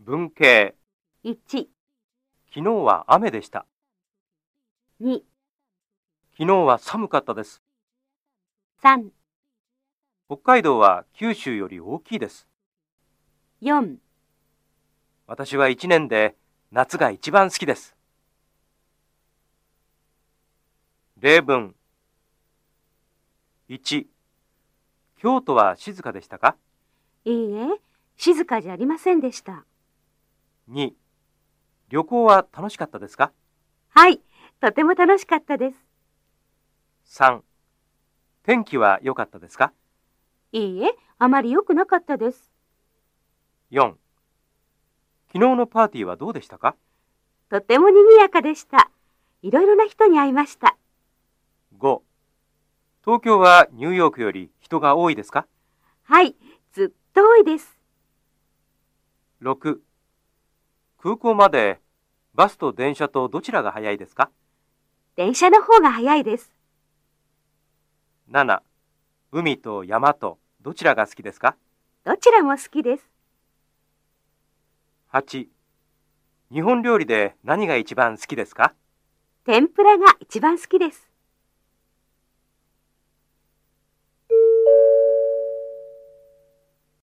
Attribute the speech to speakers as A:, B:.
A: 文系、
B: 1、
A: 昨日は雨でした。
B: 2、
A: 昨日は寒かったです。
B: 3、
A: 北海道は九州より大きいです。
B: 4、
A: 私は一年で夏が一番好きです。例文1京都は静かでしたか
B: いいえ、静かじゃありませんでした。
A: 2旅行は楽しかったですか
B: はい、とても楽しかったです。
A: 3天気は良かったですか
B: いいえ、あまり良くなかったです。
A: 4昨日のパーティーはどうでしたか
B: とても賑やかでした。いろいろな人に会いました。
A: 5東京はニューヨークより人が多いですか
B: はい、ずっと多いです。
A: 6空港までバスと電車とどちらが早いですか
B: 電車の方が早いです。
A: 7海と山とどちらが好きですか
B: どちらも好きです。
A: 8日本料理で何が一番好きですか
B: 天ぷらが一番好きです。